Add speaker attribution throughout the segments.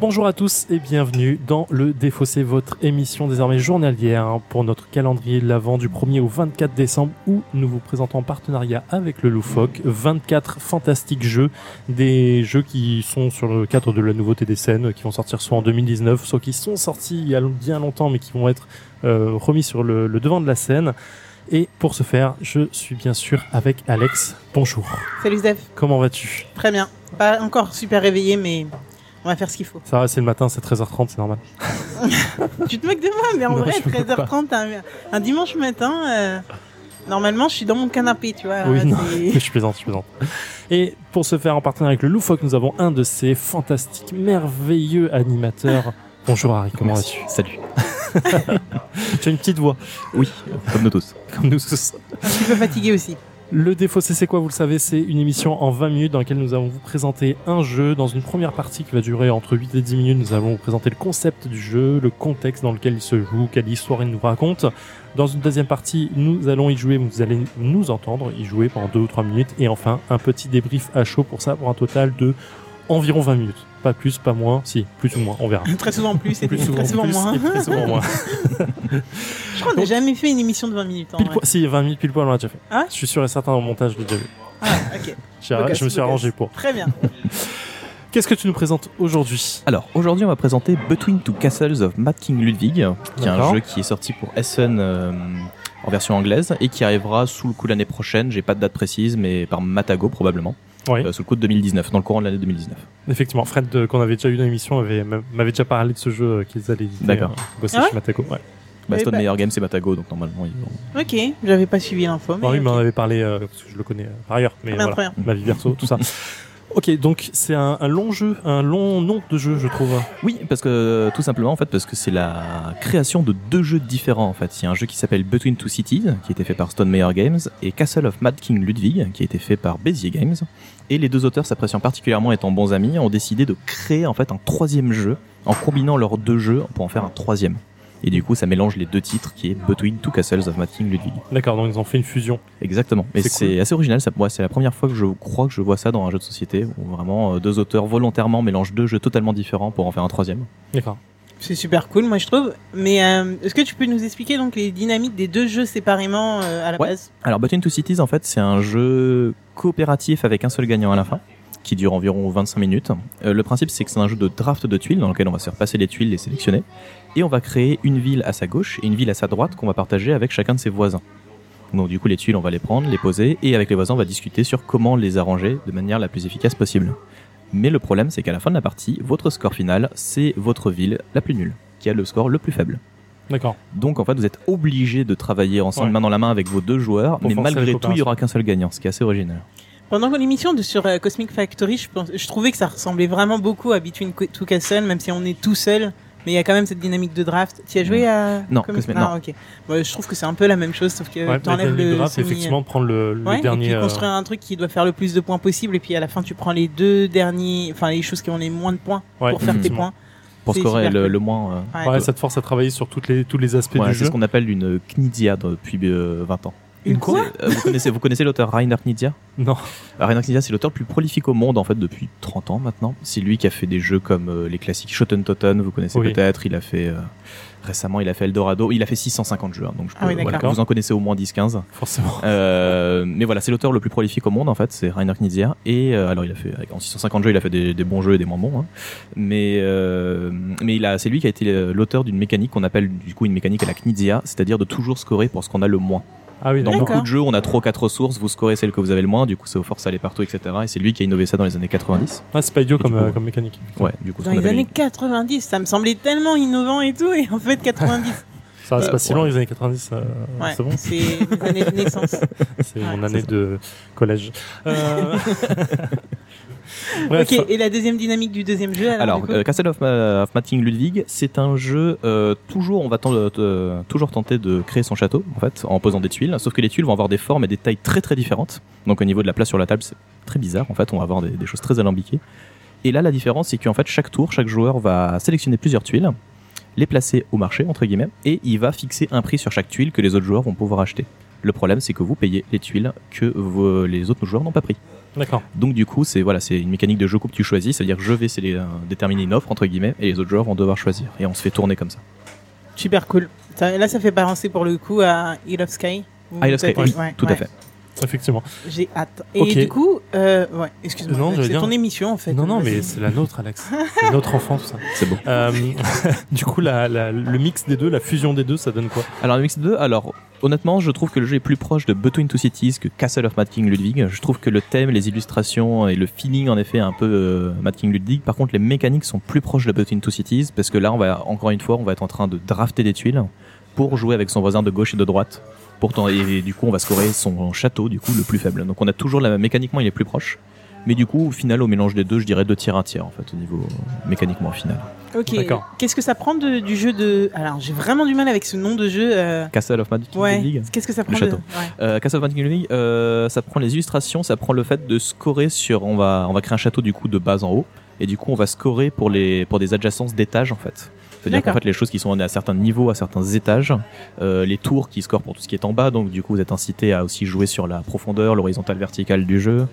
Speaker 1: Bonjour à tous et bienvenue dans le Défaussé, votre émission désormais journalière hein, pour notre calendrier de l'Avent du 1er au 24 décembre où nous vous présentons en partenariat avec le Loufoque 24 fantastiques jeux, des jeux qui sont sur le cadre de la nouveauté des scènes, qui vont sortir soit en 2019, soit qui sont sortis il y a bien longtemps mais qui vont être euh, remis sur le, le devant de la scène. Et pour ce faire, je suis bien sûr avec Alex. Bonjour.
Speaker 2: Salut Zef,
Speaker 1: Comment vas-tu
Speaker 2: très bien. Pas encore super réveillé, mais on va faire ce qu'il faut.
Speaker 1: Ça va, c'est le matin, c'est 13h30, c'est normal.
Speaker 2: Tu te moques de moi, mais en
Speaker 1: Non,
Speaker 2: vrai,
Speaker 1: je me moque
Speaker 2: 13h30, un, un dimanche matin, euh, normalement, je suis dans mon canapé, tu vois.
Speaker 1: Oui,
Speaker 2: là,
Speaker 1: non.
Speaker 2: c'est-
Speaker 1: je plaisante, je plaisante. Et pour ce faire en partenariat avec le Loufoque, nous avons un de ces fantastiques, merveilleux animateurs. Bonjour Harry, comment
Speaker 3: Merci.
Speaker 1: vas-tu
Speaker 3: Salut.
Speaker 1: Tu as une petite voix,
Speaker 3: Oui, comme nous tous.
Speaker 1: comme nous tous.
Speaker 2: un petit peu fatigué aussi.
Speaker 1: Le défaussé, c'est quoi Vous le savez, c'est une émission en 20 minutes dans laquelle nous allons vous présenter un jeu. Dans une première partie qui va durer entre 8 et 10 minutes, nous allons vous présenter le concept du jeu, le contexte dans lequel il se joue, quelle histoire il nous raconte. Dans une deuxième partie, nous allons y jouer, vous allez nous entendre y jouer pendant 2 ou 3 minutes. Et enfin, un petit débrief à chaud pour ça, pour un total de environ 20 minutes. Pas plus, pas moins, si, plus ou moins, on verra.
Speaker 2: Très souvent plus, et
Speaker 1: Plus souvent,
Speaker 2: très souvent
Speaker 1: plus
Speaker 2: moins.
Speaker 1: et très souvent moins.
Speaker 2: Je crois qu'on n'a jamais fait une émission de 20 minutes. hein, En
Speaker 1: Pile
Speaker 2: vrai.
Speaker 1: poil- si, 20 minutes pile poil, on l'a déjà fait.
Speaker 2: Ah ouais
Speaker 1: je suis sûr et certain au montage, je l'ai déjà vu.
Speaker 2: Ah, ok.
Speaker 1: J'ai-
Speaker 2: Beau gosse,
Speaker 1: Je me suis
Speaker 2: beau
Speaker 1: arrangé
Speaker 2: gosse.
Speaker 1: pour.
Speaker 2: Très bien.
Speaker 1: Qu'est-ce que tu nous présentes aujourd'hui
Speaker 3: Alors, aujourd'hui, on va présenter Between Two Castles of Mad King Ludwig, qui est
Speaker 1: D'accord.
Speaker 3: un jeu qui est sorti pour Essen euh, en version anglaise et qui arrivera sous le coup l'année prochaine. J'ai pas de date précise, mais par Matago probablement.
Speaker 1: Oui.
Speaker 3: Euh, sous le coup de 2019, dans le courant de l'année 2019.
Speaker 1: Effectivement, Fred, euh, qu'on avait déjà eu dans l'émission, avait- m'avait déjà parlé de ce jeu euh, qu'ils allaient éditer.
Speaker 3: D'accord.
Speaker 1: euh, Ghost
Speaker 2: Ah ouais
Speaker 1: Tsushima Taiko, ouais.
Speaker 3: Bah,
Speaker 2: Mais
Speaker 1: Eh
Speaker 2: bah-
Speaker 3: c'est pas
Speaker 1: ben,
Speaker 3: le meilleur game, c'est Matago, donc normalement, ils vont-
Speaker 2: Ok, j'avais pas suivi l'info. Mais hein.
Speaker 1: Ah oui, mais on en
Speaker 2: ok. Ah,
Speaker 1: avait parlé, euh, parce que je le connais euh, par ailleurs, mais
Speaker 2: Bien,
Speaker 1: voilà,
Speaker 2: très bien.
Speaker 1: ma vie perso, tout ça. Ok, donc c'est un, un long jeu, un long nom de jeu, je trouve.
Speaker 3: Oui, parce que tout simplement en fait parce que c'est la création de deux jeux différents en fait. Il y a un jeu qui s'appelle Between Two Cities qui a été fait par Stone Meyer Games et Castle of Mad King Ludwig qui a été fait par Bézier Games. Et les deux auteurs s'appréciant particulièrement étant bons amis, ont décidé de créer en fait un troisième jeu en combinant leurs deux jeux pour en faire un troisième. Et du coup, ça mélange les deux titres qui est Between Two Castles of Mad King Ludwig.
Speaker 1: D'accord, donc ils ont fait une fusion.
Speaker 3: Exactement. Mais
Speaker 1: C'est
Speaker 3: c'est
Speaker 1: cool.
Speaker 3: assez original. Ça, moi, c'est la première fois que je crois que je vois ça dans un jeu de société où vraiment euh, deux auteurs volontairement mélangent deux jeux totalement différents pour en faire un troisième.
Speaker 1: D'accord.
Speaker 2: C'est super cool, moi je trouve. Mais euh, est-ce que tu peux nous expliquer donc les dynamiques des deux jeux séparément euh, à la
Speaker 3: Ouais.
Speaker 2: base
Speaker 3: Alors Between Two Cities en fait c'est un jeu coopératif avec un seul gagnant à la fin qui dure environ 25 minutes. Euh, le principe c'est que c'est un jeu de draft de tuiles dans lequel on va se faire passer les tuiles, les sélectionner et on va créer une ville à sa gauche et une ville à sa droite qu'on va partager avec chacun de ses voisins. Donc du coup les tuiles on va les prendre, les poser et avec les voisins on va discuter sur comment les arranger de manière la plus efficace possible. Mais le problème c'est qu'à la fin de la partie, votre score final c'est votre ville la plus nulle qui a le score le plus faible.
Speaker 1: D'accord.
Speaker 3: Donc en fait, vous êtes obligé de travailler ensemble
Speaker 1: Ouais.
Speaker 3: main dans la main avec vos deux joueurs,
Speaker 1: Pour
Speaker 3: mais
Speaker 1: forcer la
Speaker 3: malgré tout,
Speaker 1: coopération.
Speaker 3: il y aura qu'un seul gagnant, ce qui est assez original.
Speaker 2: Pendant l'émission de sur euh, Cosmic Factory, je, pense- je trouvais que ça ressemblait vraiment beaucoup à Between Co- Two Castles, même si on est tout seul. Mais il y a quand même cette dynamique de draft. Tu as joué à
Speaker 3: Non,
Speaker 2: Cosmic-
Speaker 3: Cosmic-
Speaker 2: Ah, ok. Bon, je trouve que c'est un peu la même chose, sauf que
Speaker 1: Ouais,
Speaker 2: tu enlèves
Speaker 1: le
Speaker 2: Euh, le
Speaker 1: graphe,
Speaker 2: semi-
Speaker 1: effectivement, prendre le, le
Speaker 2: Ouais,
Speaker 1: dernier.
Speaker 2: et puis
Speaker 1: euh,
Speaker 2: construire un truc qui doit faire le plus de points possible, et puis à la fin tu prends les deux derniers, enfin les choses qui ont les moins de points
Speaker 1: ouais,
Speaker 2: pour faire tes
Speaker 1: effectivement.
Speaker 2: points.
Speaker 3: Pour
Speaker 2: C'est
Speaker 3: scorer
Speaker 2: super
Speaker 3: le,
Speaker 2: cool.
Speaker 3: le moins. euh,
Speaker 2: Ouais.
Speaker 1: Ouais, ça te force à travailler sur toutes les, tous les aspects
Speaker 3: voilà,
Speaker 1: du
Speaker 3: c'est
Speaker 1: jeu.
Speaker 3: ce qu'on appelle une Knidia depuis euh, 20 ans.
Speaker 2: Une quoi
Speaker 3: C'est- euh, Vous connaissez, vous connaissez l'auteur Rainer Knidia
Speaker 1: Non.
Speaker 3: Alors, Rainer Knidia, c'est l'auteur le plus prolifique au monde en fait depuis 30 ans maintenant. C'est lui qui a fait des jeux comme euh, les classiques Shoten Totten, vous connaissez
Speaker 1: Oui.
Speaker 3: peut-être. Il a fait euh, récemment, il a fait Eldorado. Il a fait 650 jeux, hein, donc je
Speaker 2: Ah oui,
Speaker 3: peux- voilà,
Speaker 1: d'accord.
Speaker 3: vous en connaissez au moins 10-15.
Speaker 1: Forcément.
Speaker 3: Euh, mais voilà, c'est l'auteur le plus prolifique au monde en fait, c'est Rainer Knizia. Et euh, alors il a fait en 650 jeux, il a fait des, des bons jeux et des moins bons. hein. Mais euh, mais il a, c'est lui qui a été euh, l'auteur d'une mécanique qu'on appelle du coup une mécanique à la Knizia, c'est-à-dire de toujours scorer pour ce qu'on a le moins.
Speaker 1: Ah oui,
Speaker 3: Dans
Speaker 1: d'accord.
Speaker 3: beaucoup de jeux, on a trois ou quatre ressources, vous scorez celle que vous avez le moins, du coup ça vous force à aller partout, etc. Et c'est lui qui a innové ça dans les années 90.
Speaker 1: Ah, c'est pas idiot
Speaker 3: Et
Speaker 1: comme,
Speaker 3: du coup,
Speaker 1: euh,
Speaker 3: ouais.
Speaker 1: comme mécanique.
Speaker 3: Ouais, du coup. ce
Speaker 2: Dans
Speaker 3: qu'on
Speaker 2: les
Speaker 3: appelle
Speaker 2: années 90, ça me semblait tellement innovant et tout, et en fait 90,
Speaker 1: Ça reste
Speaker 3: Euh,
Speaker 1: pas si
Speaker 3: ouais.
Speaker 1: long, les années 90. euh,
Speaker 2: ouais,
Speaker 1: C'est bon.
Speaker 2: c'est mes années de naissance.
Speaker 1: C'est
Speaker 2: Ouais,
Speaker 1: mon
Speaker 2: c'est
Speaker 1: année
Speaker 3: ça.
Speaker 1: de collège. Euh, Bref,
Speaker 2: Ok, et la deuxième dynamique du deuxième jeu alors,
Speaker 3: Alors,
Speaker 2: hein, du coup
Speaker 3: euh, Castle of, Ma- of Matting Ludwig, c'est un jeu euh, toujours on va ten- euh, toujours tenter de créer son château en fait en posant des tuiles. Sauf que les tuiles vont avoir des formes et des tailles très très différentes. Donc au niveau de la place sur la table, c'est très bizarre en fait. On va avoir des, des choses très alambiquées. Et là, la différence, c'est qu'en fait chaque tour, chaque joueur va sélectionner plusieurs tuiles, les placer au marché entre guillemets, et il va fixer un prix sur chaque tuile que les autres joueurs vont pouvoir acheter. Le problème, c'est que vous payez les tuiles que vos- les autres joueurs n'ont pas pris.
Speaker 1: D'accord.
Speaker 3: Donc du coup, c'est voilà, c'est une mécanique de jeu coupe tu choisis, c'est-à-dire que je vais c'est les- euh, déterminer une offre entre guillemets et les autres joueurs vont devoir choisir et on se fait tourner comme ça.
Speaker 2: Super cool. Ça- là, ça fait penser pour le coup à Hill of Sky. Vous
Speaker 3: Isle of Skye,
Speaker 2: tapez-
Speaker 3: oui,
Speaker 2: ouais,
Speaker 3: tout à
Speaker 2: ouais.
Speaker 3: fait.
Speaker 1: Effectivement.
Speaker 2: J'ai hâte. Et
Speaker 1: Ok.
Speaker 2: du coup, euh, ouais, excuse-moi,
Speaker 1: Non, j'allais
Speaker 2: c'est
Speaker 1: dire-
Speaker 2: ton émission en fait.
Speaker 1: Non, non,
Speaker 2: Vas-y.
Speaker 1: mais c'est la nôtre, Alex. C'est notre enfant, tout ça.
Speaker 3: C'est beau.
Speaker 1: Euh, du coup, la, la- le mix des deux, la fusion des deux, ça donne quoi
Speaker 3: Alors le mix 2, alors honnêtement, je trouve que le jeu est plus proche de Between Two Cities que Castle of Mad King Ludwig. Je trouve que le thème, les illustrations et le feeling en effet est un peu euh, Mad King Ludwig. Par contre, les mécaniques sont plus proches de Between Two Cities parce que là, on va encore une fois, on va être en train de drafter des tuiles pour jouer avec son voisin de gauche et de droite. Pourtant, et, et du coup, on va scorer son château, du coup, le plus faible. Donc, on a toujours la mécaniquement, il est plus proche. Mais du coup, au final, au mélange des deux, je dirais deux tiers, un tiers, en fait, au niveau euh, mécaniquement, au final.
Speaker 2: Ok.
Speaker 1: D'accord.
Speaker 2: Qu'est-ce que ça prend de- du jeu de. Alors, j'ai vraiment du mal avec ce nom de jeu. euh,
Speaker 3: Castle of Mad King
Speaker 2: Ouais.
Speaker 3: Ludwig.
Speaker 2: Qu'est-ce que ça prend
Speaker 3: château.
Speaker 2: de. Ouais.
Speaker 3: Euh, Castle of Mountain King, euh, ça prend les illustrations, ça prend le fait de scorer sur. On va, on va créer un château du coup de base en haut, et du coup on va scorer pour, les, pour des adjacences d'étages en fait. C'est-à-dire qu'en
Speaker 2: D'accord.
Speaker 3: fait les choses qui sont à certains niveaux, à certains étages, euh, les tours qui scorent pour tout ce qui est en bas, donc du coup vous êtes incité à aussi jouer sur la profondeur, l'horizontale verticale du jeu.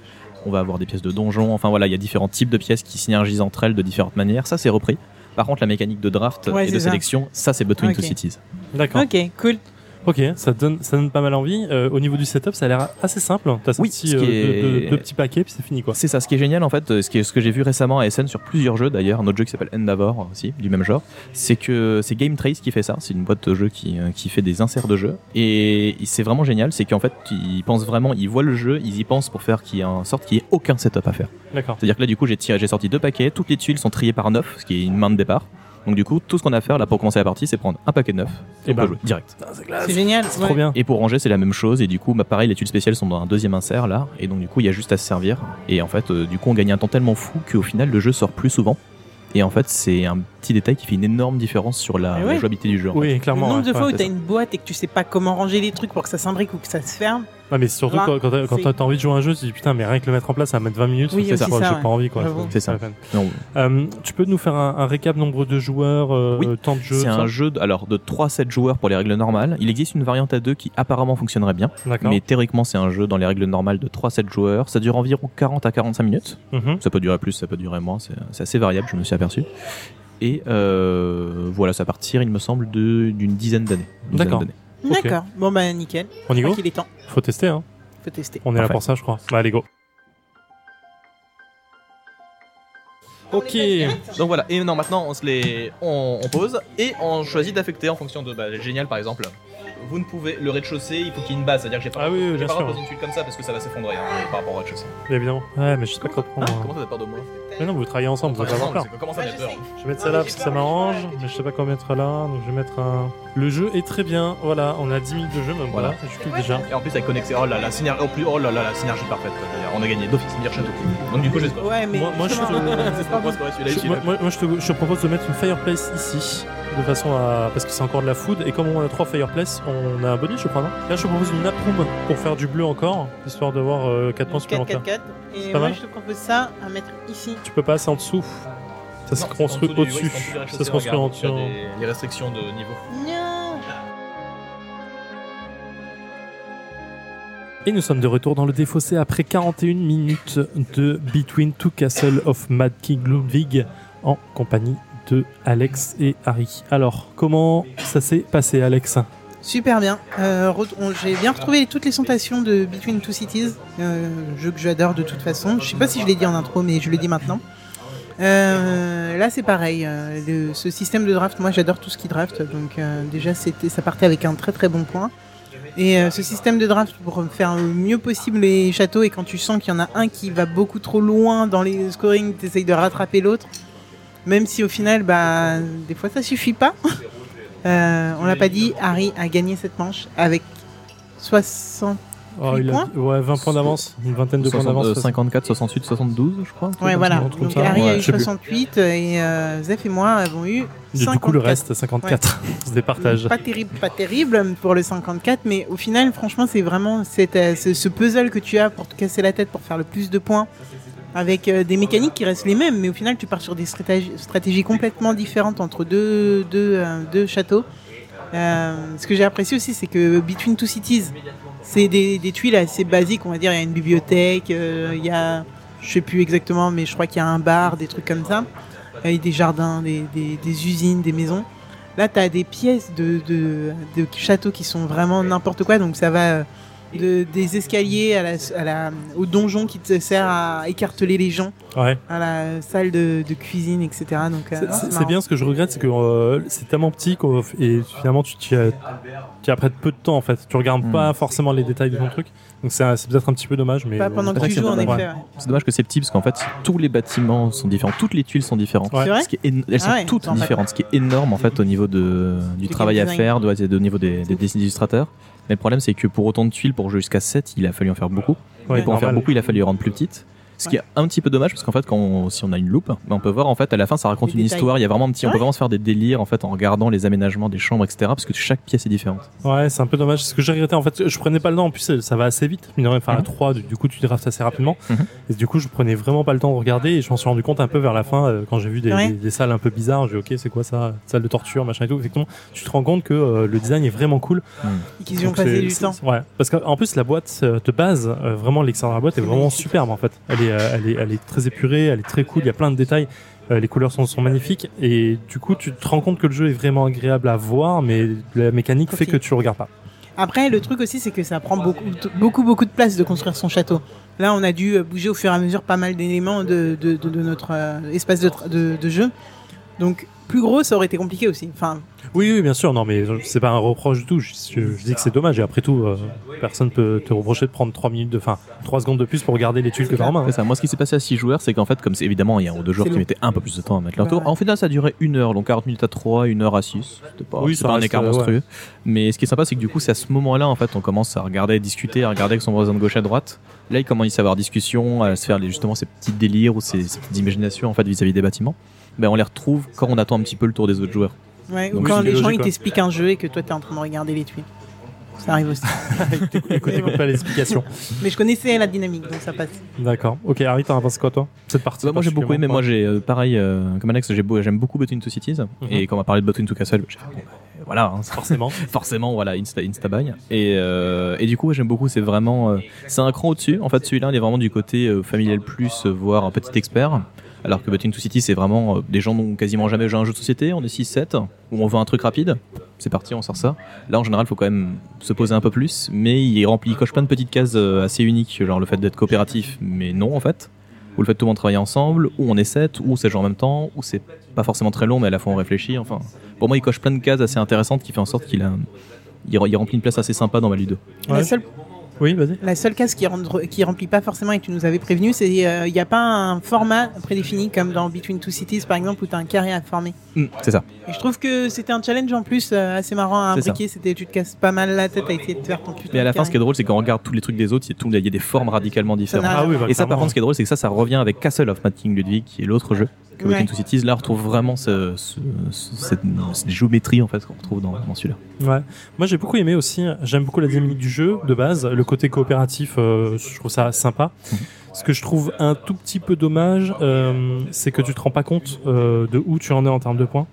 Speaker 3: On va avoir des pièces de donjon, enfin voilà, il y a différents types de pièces qui synergisent entre elles de différentes manières, ça c'est repris. Par contre la mécanique de draft
Speaker 2: Ouais,
Speaker 3: et de
Speaker 2: c'est ça. Ah,
Speaker 3: sélection, ça c'est Between Two
Speaker 2: Ok.
Speaker 3: Cities.
Speaker 1: D'accord.
Speaker 2: Ok, cool.
Speaker 1: Ok, ça donne, ça donne pas mal envie. Euh, au niveau du setup, ça a l'air assez simple. T'as
Speaker 3: Oui,
Speaker 1: sorti
Speaker 3: ce
Speaker 1: euh,
Speaker 3: qui
Speaker 1: deux,
Speaker 3: est-
Speaker 1: deux- deux petits paquets, puis c'est fini quoi.
Speaker 3: Bah, C'est ça, ce qui est génial en fait, euh, ce, qui est- ce que j'ai vu récemment à SN sur plusieurs jeux d'ailleurs, un autre jeu qui s'appelle Endeavor euh, aussi, du même genre, c'est que c'est Game Trace qui fait ça, c'est une boîte de jeu qui, euh, qui fait des inserts de jeux, et c'est vraiment génial, c'est qu'en fait ils pensent vraiment, ils voient le jeu, ils y pensent pour faire qu'il y ait en sorte qu'il n'y ait aucun setup à faire.
Speaker 1: D'accord.
Speaker 3: C'est-à-dire que là du coup j'ai tiré, j'ai sorti deux paquets, toutes les tuiles sont triées par neuf, ce qui est une main de départ, donc du coup tout ce qu'on a à faire là pour commencer la partie c'est prendre un paquet de neuf,
Speaker 1: Et
Speaker 3: et
Speaker 1: bah.
Speaker 3: bah jouer direct.
Speaker 2: C'est génial.
Speaker 1: C'est
Speaker 2: ouais.
Speaker 1: trop bien.
Speaker 3: Et pour ranger, c'est la même chose. Et du coup, bah, pareil, les tuiles spéciales sont dans un deuxième insert là. Et donc, du coup, il y a juste à se servir. Et en fait, euh, du coup, on gagne un temps tellement fou qu'au final, le jeu sort plus souvent. Et en fait, c'est un petit détail qui fait une énorme différence sur la,
Speaker 2: Eh ouais.
Speaker 3: la jouabilité du jeu. en fait.
Speaker 1: Oui,
Speaker 2: Le
Speaker 1: clairement.
Speaker 2: nombre
Speaker 1: ouais,
Speaker 2: de fois
Speaker 1: ouais.
Speaker 2: où t'as une boîte et que tu sais pas comment ranger les trucs pour que ça s'imbrique ou que ça se ferme.
Speaker 1: Ouais, mais surtout
Speaker 2: Là,
Speaker 1: quand, quand t'as- quand
Speaker 2: c'est-
Speaker 1: t'as envie de jouer à un jeu, tu te dis putain, mais rien que le mettre en place, ça va mettre 20 minutes.
Speaker 2: Oui,
Speaker 1: c'est
Speaker 2: aussi
Speaker 1: ça,
Speaker 2: ça,
Speaker 1: j'ai
Speaker 2: ouais.
Speaker 1: pas envie quoi.
Speaker 2: J'avoue.
Speaker 3: C'est ça.
Speaker 1: pas la peine.
Speaker 3: Non,
Speaker 1: Euh, tu peux nous faire un, un récap nombre de joueurs, euh,
Speaker 3: Oui.
Speaker 1: temps de jeu
Speaker 3: c'est
Speaker 1: tout
Speaker 3: un
Speaker 1: ça
Speaker 3: jeu de, alors, de 3-7 joueurs pour les règles normales. Il existe une variante à 2 qui apparemment fonctionnerait bien.
Speaker 1: D'accord.
Speaker 3: Mais théoriquement, c'est un jeu dans les règles normales de 3-7 joueurs. Ça dure environ 40 à 45 minutes.
Speaker 1: Mhm.
Speaker 3: Ça peut durer plus, ça peut durer moins, c'est c'est assez variable, je me suis aperçu. Et euh, voilà, ça va partir, il me semble, de- d'une dizaine d'années. Une dizaine
Speaker 1: D'accord.
Speaker 3: d'années.
Speaker 1: Ok.
Speaker 2: D'accord. Bon, bah, nickel.
Speaker 1: On
Speaker 2: Je
Speaker 1: y
Speaker 2: crois
Speaker 1: go
Speaker 2: qu'il est temps.
Speaker 1: Faut tester, hein.
Speaker 2: Faut tester.
Speaker 1: On est là
Speaker 3: Parfait.
Speaker 1: pour ça, je crois. Bah, allez, go. Ok.
Speaker 3: Donc voilà, et non, maintenant on se les on, on pose et on choisit d'affecter en fonction de. Bah, génial par exemple. Vous ne pouvez. Le rez-de-chaussée, il faut qu'il y ait une base, c'est-à-dire que j'ai pas
Speaker 1: Ah oui, oui,
Speaker 3: j'ai
Speaker 1: bien
Speaker 3: pas le droit de
Speaker 1: sûr.
Speaker 3: poser une tuile comme ça parce que ça va s'effondrer hein, par rapport au rez-de-chaussée.
Speaker 1: Évidemment. Ouais, mais je sais pas quoi
Speaker 3: Hein,
Speaker 1: prendre. hein.
Speaker 3: Comment ça t'as peur de moi
Speaker 1: Mais non, vous travaillez ensemble, vous
Speaker 3: Enfin,
Speaker 1: allez avoir peur.
Speaker 3: c'est que Comment ça t'as peur
Speaker 1: Je vais mettre ça là parce que ça m'arrange, mais je sais pas quoi mettre là, donc je vais mettre un. Le jeu est très bien, voilà, on a 10 minutes de jeu même, voilà,
Speaker 3: Voilà.
Speaker 1: je clique déjà.
Speaker 3: Et en plus, avec connecté, oh là là, synergie, oh, plus, oh là là, la synergie parfaite. quoi. C'est-à-dire, On a gagné d'office, meilleur château. Donc du coup, j'espère.
Speaker 2: Ouais, mais.
Speaker 1: Moi- moi, je suis-
Speaker 3: C'est pas moi, c'est pas vrai, celui-là,
Speaker 1: Je-
Speaker 3: il-
Speaker 1: moi, moi, je, te, je te propose de mettre une fireplace ici, de façon à. parce que c'est encore de la food, et comme on a 3 fireplaces, on a un bonus, je crois, non Là, je te propose une nap room pour faire du bleu encore, histoire d'avoir 4 points
Speaker 2: 4,
Speaker 1: supplémentaires.
Speaker 2: 4, 4. Et
Speaker 1: C'est pas
Speaker 2: moi,
Speaker 1: mal.
Speaker 2: je te propose ça à mettre ici.
Speaker 1: Tu peux pas passer en dessous, ça se
Speaker 3: Non, c'est
Speaker 1: construit
Speaker 3: en dessous du-
Speaker 1: au-dessus,
Speaker 3: oui, c'est en dessous du
Speaker 1: ça se construit en
Speaker 3: regarde,
Speaker 1: dessous.
Speaker 3: il y a des- Les restrictions de niveau.
Speaker 2: Non.
Speaker 1: Et nous sommes de retour dans le défaussé après 41 minutes de Between Two Castle of Mad King Ludwig en compagnie de Alex et Harry. Alors, comment ça s'est passé, Alex
Speaker 2: Super bien. Euh, re- on- J'ai bien retrouvé toutes les tentations de Between Two Cities, euh, jeu que j'adore de toute façon. Je sais pas si je l'ai dit en intro, mais je le dis maintenant. Euh, là, c'est pareil. euh, le- ce système de draft, moi, j'adore tout ce qui draft. Donc euh, déjà, c'était, ça partait avec un très très bon point. Et euh, ce système de draft pour faire le mieux possible les châteaux et quand tu sens qu'il y en a un qui va beaucoup trop loin dans les scorings, t'essayes de rattraper l'autre. Même si au final, bah, des fois, ça suffit pas. Euh, on l'a pas dit, Harry a gagné cette manche avec 60. Huit
Speaker 1: Oh, a-
Speaker 2: points
Speaker 1: ouais, 20 points d'avance, une vingtaine de points
Speaker 3: 60, euh,
Speaker 1: d'avance.
Speaker 3: 54, 68, 72, je crois.
Speaker 2: Ouais, voilà.
Speaker 1: un truc
Speaker 2: Donc
Speaker 1: comme ça,
Speaker 2: Harry
Speaker 1: hein. ouais,
Speaker 2: a eu
Speaker 1: je sais plus.
Speaker 2: 68 et euh, Zeph et moi avons eu
Speaker 1: Du
Speaker 2: 54.
Speaker 1: coup, le reste, 54, on se départage.
Speaker 2: Pas terrible, pas terrible pour le 54, mais au final, franchement, c'est vraiment cette, euh, ce, ce puzzle que tu as pour te casser la tête, pour faire le plus de points, avec euh, des mécaniques qui restent les mêmes, mais au final, tu pars sur des stratégies, stratégies complètement différentes entre deux, deux, euh, deux châteaux. Euh, ce que j'ai apprécié aussi, c'est que Between Two Cities, c'est des, des tuiles assez basiques, on va dire. Il y a une bibliothèque, euh, il y a, je sais plus exactement, mais je crois qu'il y a un bar, des trucs comme ça, avec des jardins, des, des- des usines, des maisons. Là, tu as des pièces de, de, de châteaux qui sont vraiment n'importe quoi, donc ça va euh, de, des escaliers à la, à la- au donjon qui te sert à écarteler les gens,
Speaker 1: Ouais.
Speaker 2: à la salle de, de cuisine, etc. Donc, euh,
Speaker 1: C'est- C'est c'est
Speaker 2: marrant.
Speaker 1: bien ce que je regrette, c'est que euh, c'est tellement petit qu'on- et finalement tu t'y a- t'y apprêtes peu de temps en fait. Tu regardes
Speaker 3: Hmm.
Speaker 1: pas forcément les détails de ton truc, donc c'est un- c'est peut-être un petit peu dommage. Mais euh,
Speaker 2: Pas pendant que
Speaker 3: Ouais,
Speaker 2: tu
Speaker 3: c'est
Speaker 2: joues, en
Speaker 3: pas
Speaker 2: effet.
Speaker 1: mal.
Speaker 2: ouais.
Speaker 3: C'est dommage que c'est petit parce qu'en fait tous les bâtiments sont différents, toutes les tuiles sont différentes.
Speaker 1: Ouais.
Speaker 2: C'est vrai
Speaker 3: Ce qui est éno- elles sont
Speaker 2: Ah ouais,
Speaker 3: toutes
Speaker 2: c'est en fait-
Speaker 3: différentes, ce qui est énorme en fait au niveau de,
Speaker 2: Du
Speaker 3: du travail à
Speaker 2: design.
Speaker 3: faire, de, de- au niveau des, des, des illustrateurs. Mais le problème c'est que pour autant de tuiles, pour jouer jusqu'à 7, il a fallu en faire beaucoup.
Speaker 1: Ouais,
Speaker 3: Et pour en faire
Speaker 1: normal.
Speaker 3: beaucoup, il a fallu les rendre plus petites. Ce qui est un petit peu dommage parce qu'en fait, quand on- si on a une loupe, ben, on peut voir en fait à la fin ça raconte
Speaker 2: Les
Speaker 3: une
Speaker 2: détails.
Speaker 3: histoire. Il y a vraiment un petit, on peut
Speaker 2: Ouais.
Speaker 3: vraiment se faire des délires en fait en regardant les aménagements des chambres, etc. Parce que chaque pièce est différente.
Speaker 1: Ouais, c'est un peu dommage. Ce que j'ai regretté, en fait, je prenais pas le temps. En plus, ça va assez vite. Mine de rien, enfin, à
Speaker 3: Mhm.
Speaker 1: 3, du, du coup, tu draftes assez rapidement.
Speaker 3: Mhm.
Speaker 1: Et du coup, je prenais vraiment pas le temps de regarder. Et je m'en suis rendu compte un peu vers la fin, euh, quand j'ai vu des,
Speaker 2: Ouais.
Speaker 1: des- des salles un peu bizarres. J'ai dit, ok, c'est quoi ça Salle de torture, machin et tout. Effectivement, tu te rends compte que euh, le design est vraiment cool.
Speaker 2: Qu'ils y ont
Speaker 1: Donc, c'est-
Speaker 2: passé du
Speaker 1: c'est-
Speaker 2: temps.
Speaker 1: Ouais. Parce qu'en plus, la boîte euh, de base, euh, vraiment, l'extérieur de la boîte est
Speaker 2: C'est
Speaker 1: vraiment
Speaker 2: magnifique.
Speaker 1: superbe, en fait. Elle est, euh, elle est, elle est très épurée, elle est très cool. Il y a plein de détails. Euh, les couleurs sont, sont magnifiques. Et du coup, tu te rends compte que le jeu est vraiment agréable à voir, mais la mécanique fait
Speaker 2: Ok.
Speaker 1: que tu le regardes pas.
Speaker 2: Après, le truc aussi, c'est que ça prend beaucoup, t- beaucoup, beaucoup de place de construire son château. Là, on a dû euh, bouger au fur et à mesure pas mal d'éléments de, de, de- de notre euh, espace de, tra- de, de jeu. Donc, plus gros, ça aurait été compliqué aussi. Enfin,
Speaker 1: Oui, oui, bien sûr. Non, mais je- c'est pas un reproche du tout. Je, je- je dis que c'est dommage. Et après tout, euh, personne peut te reprocher de prendre 3 minutes de, enfin, 3 secondes de plus pour regarder les tuiles que t'as en main. hein.
Speaker 3: C'est ça. Moi, ce qui s'est passé à 6 joueurs, c'est qu'en fait, comme c'est évidemment il y a un ou deux joueurs
Speaker 2: C'est
Speaker 3: qui
Speaker 2: long.
Speaker 3: mettaient un peu plus de temps à mettre leur
Speaker 2: Bah
Speaker 3: tour.
Speaker 2: ouais.
Speaker 3: En fait, là, ça durait une heure, donc 40 minutes à 3, une heure à 6. C'était pas,
Speaker 1: Oui,
Speaker 3: c'est
Speaker 1: ça
Speaker 3: pas un
Speaker 1: reste,
Speaker 3: écart
Speaker 1: euh, ouais.
Speaker 3: monstrueux. Mais ce qui est sympa, c'est que du coup, c'est à ce moment-là, en fait, on commence à regarder, à discuter, à regarder avec son voisin de gauche à droite. Là, il commence à avoir discussion, à se faire les- justement ces petits délires ou ces, ces petites imaginations en fait vis-à-vis des bâtiments. Ben, on les retrouve quand on attend un petit peu le tour des autres joueurs.
Speaker 2: ouais, ou
Speaker 1: Donc,
Speaker 2: quand
Speaker 1: oui, c'est
Speaker 2: les gens
Speaker 1: logique,
Speaker 2: ils
Speaker 1: quoi.
Speaker 2: t'expliquent un jeu et que toi, t'es en train de regarder les tuiles. Ça arrive aussi.
Speaker 1: Écoutez, pas l'explication.
Speaker 2: Mais je connaissais la dynamique, donc ça passe.
Speaker 1: D'accord. Ok, Harry, t'en as pensé quoi, toi Cette partie
Speaker 3: Bah, moi j'ai beaucoup aimé,
Speaker 1: particulièrement,
Speaker 3: moi j'ai euh, pareil euh, comme Alex, j'ai beau- j'aime beaucoup Between Two Cities
Speaker 1: Mhm.
Speaker 3: et quand on m'a parlé de Between Two Castle, j'ai fait, bon, bah, voilà, hein,
Speaker 1: Forcément.
Speaker 3: forcément voilà insta instabuy et euh, et du coup ouais, j'aime beaucoup c'est vraiment euh, c'est un cran au-dessus en fait celui-là il est vraiment du côté euh, familial plus euh, voire un petit expert alors que Between Two Cities c'est vraiment euh, des gens n'ont quasiment jamais joué à un jeu de société on est 6 7 où on veut un truc rapide c'est parti on sort ça là en général faut quand même se poser un peu plus mais il remplit il coche plein de petites cases euh, assez uniques genre le fait d'être coopératif mais non en fait ou le fait de tout le monde travailler ensemble, ou on est 7, ou c'est joue en même temps, ou c'est pas forcément très long, mais à la fois on réfléchit. Enfin, pour moi, il coche plein de cases assez intéressantes qui fait en sorte qu'il a, il, re- il remplit une place assez sympa dans ma Ludo.
Speaker 1: Ouais.
Speaker 2: La, seule,
Speaker 1: Oui, vas-y.
Speaker 2: la seule case qui, rentre, qui remplit pas forcément et que tu nous avais prévenu, c'est il n'y a pas un format prédéfini comme dans Between Two Cities, par exemple, où tu as un carré à former.
Speaker 1: Mm.
Speaker 3: c'est ça.
Speaker 2: Et je trouve que c'était un challenge en plus euh, assez marrant à
Speaker 3: C'est ça.
Speaker 2: imbriquer. C'était tu te casses pas mal la tête à essayer de faire ton putain.
Speaker 3: Mais à la
Speaker 2: de
Speaker 3: fin, ce qui est
Speaker 2: carré.
Speaker 3: drôle, c'est qu'on regarde tous les trucs des autres, il y a, tout- il y a des formes radicalement différentes.
Speaker 2: n'a-
Speaker 1: Ah oui, bah,
Speaker 3: Et ça, par
Speaker 1: clairement,
Speaker 3: contre, ce qui est drôle, c'est que ça, ça revient avec Castle of Mad King Ludwig, qui est l'autre jeu que
Speaker 2: Ouais.
Speaker 3: Walking to Cities. Là, on retrouve vraiment ce, ce- ce- cette, cette géométrie en fait qu'on retrouve dans, dans celui-là.
Speaker 1: Ouais. Moi, j'ai beaucoup aimé aussi. J'aime beaucoup la dynamique du jeu de base, le côté coopératif. euh, je trouve ça sympa. Ce que je trouve un tout petit peu dommage, euh, c'est que tu te rends pas compte euh, de où tu en es en termes de points.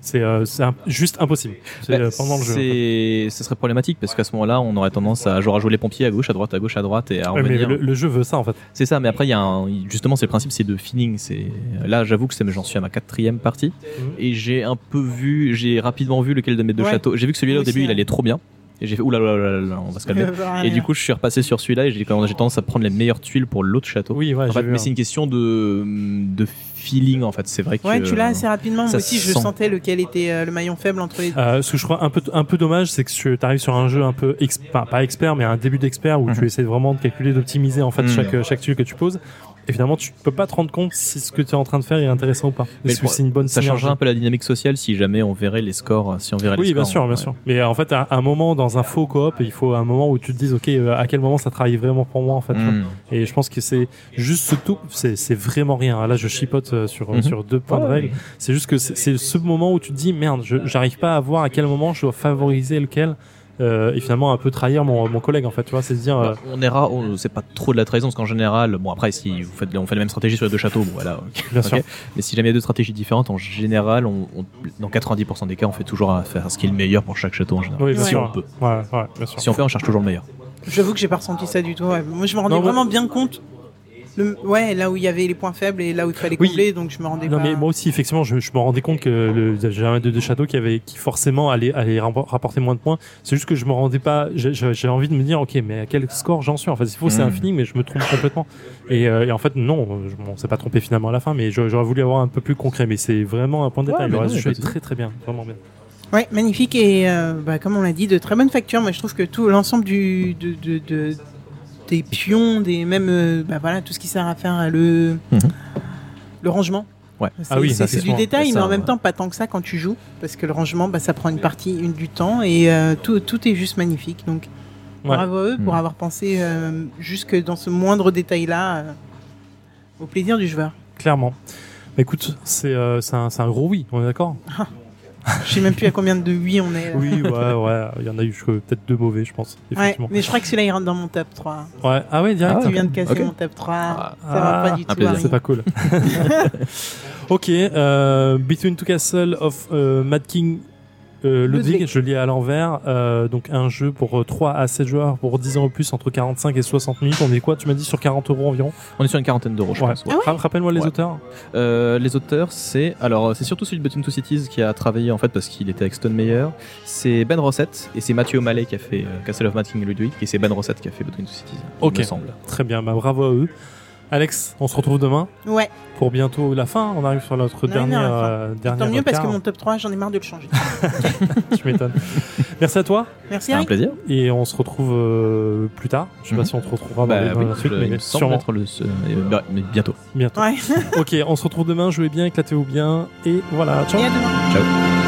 Speaker 1: C'est euh, c'est un- juste impossible. C'est
Speaker 3: Bah,
Speaker 1: euh, pendant le jeu.
Speaker 3: c'est- Ce serait problématique parce qu'à ce moment-là, on aurait tendance à, genre, à jouer les pompiers à gauche, à droite, à gauche, à droite et à
Speaker 1: Ouais,
Speaker 3: revenir.
Speaker 1: mais le, le jeu veut ça en fait.
Speaker 3: C'est ça, mais après, il y a un... justement, c'est le principe, c'est de feeling. C'est Là, j'avoue que c'est- j'en suis à ma quatrième partie.
Speaker 1: Mhm.
Speaker 3: Et j'ai un peu vu, j'ai rapidement vu lequel de mes deux
Speaker 2: Ouais.
Speaker 3: châteaux. J'ai vu que celui-là, au
Speaker 2: Moi aussi,
Speaker 3: début, il
Speaker 2: hein.
Speaker 3: allait trop bien. Et j'ai fait, oulala, là là là là, on va se calmer.
Speaker 1: Ah,
Speaker 3: Et du coup, je suis repassé sur celui-là et j'ai j'ai tendance à prendre les meilleures tuiles pour l'autre château.
Speaker 1: Oui, ouais,
Speaker 3: En
Speaker 1: j'ai
Speaker 3: fait,
Speaker 1: vu hein.
Speaker 3: mais
Speaker 1: un-
Speaker 3: c'est une question de, de feeling, en fait. C'est vrai que. euh,
Speaker 2: Ouais, tu l'as assez rapidement. Moi
Speaker 3: ça
Speaker 2: aussi,
Speaker 3: se
Speaker 2: je
Speaker 3: sent.
Speaker 2: sentais lequel était euh, le maillon faible entre les deux.
Speaker 1: Euh, ce que je crois un peu, un peu dommage, c'est que tu arrives sur un jeu un peu, ex- enfin, pas expert, mais un début d'expert où
Speaker 3: Mhm.
Speaker 1: tu essaies vraiment de calculer, d'optimiser en fait
Speaker 3: Mhm.
Speaker 1: chaque, euh, chaque tuile que tu poses. Et finalement, tu peux pas te rendre compte si ce que tu es en train de faire est intéressant ou pas.
Speaker 3: Mais
Speaker 1: Est-ce
Speaker 3: le
Speaker 1: que c'est une bonne
Speaker 3: Ça
Speaker 1: synergie
Speaker 3: changerait un peu la dynamique sociale si jamais on verrait les scores. Si on verrait les
Speaker 1: Oui, bien
Speaker 3: scores,
Speaker 1: sûr, bien
Speaker 3: ouais.
Speaker 1: sûr. Mais euh, en fait, à un moment dans un faux coop, il faut un moment où tu te dises, ok, euh, à quel moment ça travaille vraiment pour moi en fait. tu vois.
Speaker 3: Mhm.
Speaker 1: Et je pense que c'est juste ce tout, c'est c'est vraiment rien. Là, je chipote euh, sur, euh,
Speaker 3: Mhm.
Speaker 1: sur deux points de
Speaker 3: Ouais.
Speaker 1: règle. C'est juste que c'est c'est ce moment où tu te dis, merde, je- j'arrive pas à voir à quel moment je dois favoriser lequel. euh, et finalement un peu trahir mon, mon collègue en fait tu vois c'est se dire euh,
Speaker 3: Bah, on ira, on- c'est pas trop de la trahison parce qu'en général, bon après si vous faites, on fait la même stratégie sur les deux châteaux, bon voilà. ok.
Speaker 1: bien sûr
Speaker 3: Ok. Mais si jamais il y a deux stratégies différentes, en général, on, on- dans 90% des cas, on fait toujours à faire ce qui est le meilleur pour chaque château en général.
Speaker 1: oui bien
Speaker 2: Ouais.
Speaker 1: sûr
Speaker 3: On peut.
Speaker 1: Ouais, ouais, bien sûr
Speaker 3: Si on fait, on cherche toujours le meilleur.
Speaker 2: J'avoue que j'ai pas ressenti ça du tout. ouais. Moi, je me rendais
Speaker 1: Non,
Speaker 2: vraiment bien compte. Le- Ouais, là où il y avait les points faibles et là où il fallait
Speaker 1: Oui.
Speaker 2: combler, donc je me rendais
Speaker 1: Non
Speaker 2: pas.
Speaker 1: mais moi aussi effectivement je, je me rendais compte que le- j'avais un de deux châteaux qui avait qui forcément allait, allait rampo- rapporter moins de points. C'est juste que je me rendais pas j'ai- j'ai j'ai envie de me dire OK mais à quel score j'en suis en fait c'est faux c'est
Speaker 3: Mhm.
Speaker 1: infini mais je me trompe complètement. Et, euh, et en fait non, je, bon, on s'est pas trompé finalement à la fin mais j'a- j'aurais voulu avoir un peu plus concret mais c'est vraiment un point de
Speaker 3: Ouais,
Speaker 1: détail. Le
Speaker 3: mais non,
Speaker 1: reste,
Speaker 3: y a
Speaker 1: je
Speaker 3: pas
Speaker 1: suis
Speaker 3: de souci.
Speaker 1: très très bien, vraiment bien.
Speaker 2: Ouais, magnifique et euh, bah, comme on l'a dit, de très bonne facture. Moi, je trouve que tout l'ensemble du de, de- de- des pions, des même euh, bah, voilà tout ce qui sert à faire euh, le
Speaker 3: Mhm.
Speaker 2: le rangement.
Speaker 3: Ouais.
Speaker 2: C'est-
Speaker 1: Ah oui,
Speaker 2: c'est c'est du
Speaker 1: effectivement.
Speaker 2: détail,
Speaker 3: Ça,
Speaker 2: mais en même
Speaker 3: ouais.
Speaker 2: temps pas tant que ça quand tu joues, parce que le rangement, bah, ça prend une partie, une du temps, et euh, tout, tout est juste magnifique. Donc
Speaker 1: Ouais.
Speaker 2: bravo à eux pour
Speaker 3: Mhm.
Speaker 2: avoir pensé euh, jusque dans ce moindre détail-là euh, au plaisir du joueur.
Speaker 1: Clairement. Mais écoute, c'est euh, c'est un, c'est un gros oui, on est d'accord
Speaker 2: Je sais même plus à combien de 8 on est. là.
Speaker 1: Oui, ouais, ouais, il y en a eu je- peut-être deux mauvais, je pense,
Speaker 2: Ouais,
Speaker 1: effectivement.
Speaker 2: mais je crois que celui-là il rentre dans mon top 3.
Speaker 1: Ouais. Ah ouais, direct.
Speaker 3: Ah
Speaker 2: Tu viens de casser
Speaker 3: Ok.
Speaker 2: mon top 3.
Speaker 3: Ah.
Speaker 2: Ça va pas
Speaker 1: Ah,
Speaker 2: du
Speaker 3: un
Speaker 2: tout.
Speaker 3: plaisir.
Speaker 2: Harry.
Speaker 1: C'est pas cool. ok, euh, Between Two Castle of euh, Mad King euh, Ludwig,
Speaker 2: Ludwig.
Speaker 1: je lis à l'envers. euh, donc un jeu pour euh, 3 à 7 joueurs pour 10 ans au plus entre 45 et 60 minutes. On est quoi Tu m'as dit sur 40 euros environ
Speaker 3: On est sur une quarantaine d'euros, je
Speaker 1: Ah Ouais.
Speaker 2: Ah
Speaker 3: pense. ouais.
Speaker 1: Ra- Rappelle-moi les
Speaker 3: Ouais.
Speaker 1: auteurs.
Speaker 3: Euh, les auteurs, c'est alors c'est surtout celui de Between Two Cities qui a travaillé en fait parce qu'il était avec Stone Meyer. C'est Ben Rossett et c'est Mathieu O'Malley qui a fait euh, Castle of Mad King Ludwig et c'est Ben Rossett qui a fait Between Two Cities.
Speaker 1: Ok.
Speaker 3: Il me semble.
Speaker 1: Très bien, bah, bravo à eux. Alex, on se retrouve demain
Speaker 2: Ouais,
Speaker 1: pour bientôt la fin. On arrive sur notre
Speaker 2: Non,
Speaker 1: dernière.
Speaker 2: non, la fin.
Speaker 1: euh, dernière
Speaker 2: tant mieux parce que
Speaker 1: carte.
Speaker 2: mon top 3, j'en ai marre de le changer.
Speaker 1: Tu m'étonnes. Merci à toi
Speaker 2: Merci
Speaker 3: C'est un
Speaker 2: Harry.
Speaker 3: plaisir.
Speaker 1: et on se retrouve euh, plus tard. Je sais pas
Speaker 3: Mhm.
Speaker 1: si on te retrouvera dans
Speaker 3: Bah
Speaker 1: les- dans
Speaker 3: oui,
Speaker 1: la suite,
Speaker 3: je- il
Speaker 1: mais
Speaker 3: me semble
Speaker 1: sûrement
Speaker 3: être le ce- euh, bah, mais bientôt.
Speaker 1: bientôt.
Speaker 2: Ouais,
Speaker 1: Ok, on se retrouve demain, jouez bien, éclatez-vous bien, et voilà, ciao
Speaker 2: et à demain.
Speaker 3: Ciao.